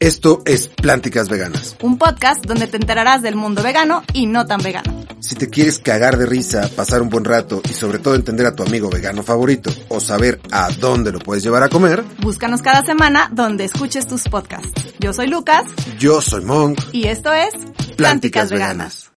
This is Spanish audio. Esto es Plánticas Veganas. un podcast donde te enterarás del mundo vegano y no tan vegano. Si te quieres cagar de risa, pasar un buen rato y sobre todo entender a tu amigo vegano favorito o saber a dónde lo puedes llevar a comer, Búscanos cada semana donde escuches tus podcasts. Yo soy Lucas yo soy Monk. y esto es Plánticas Veganas.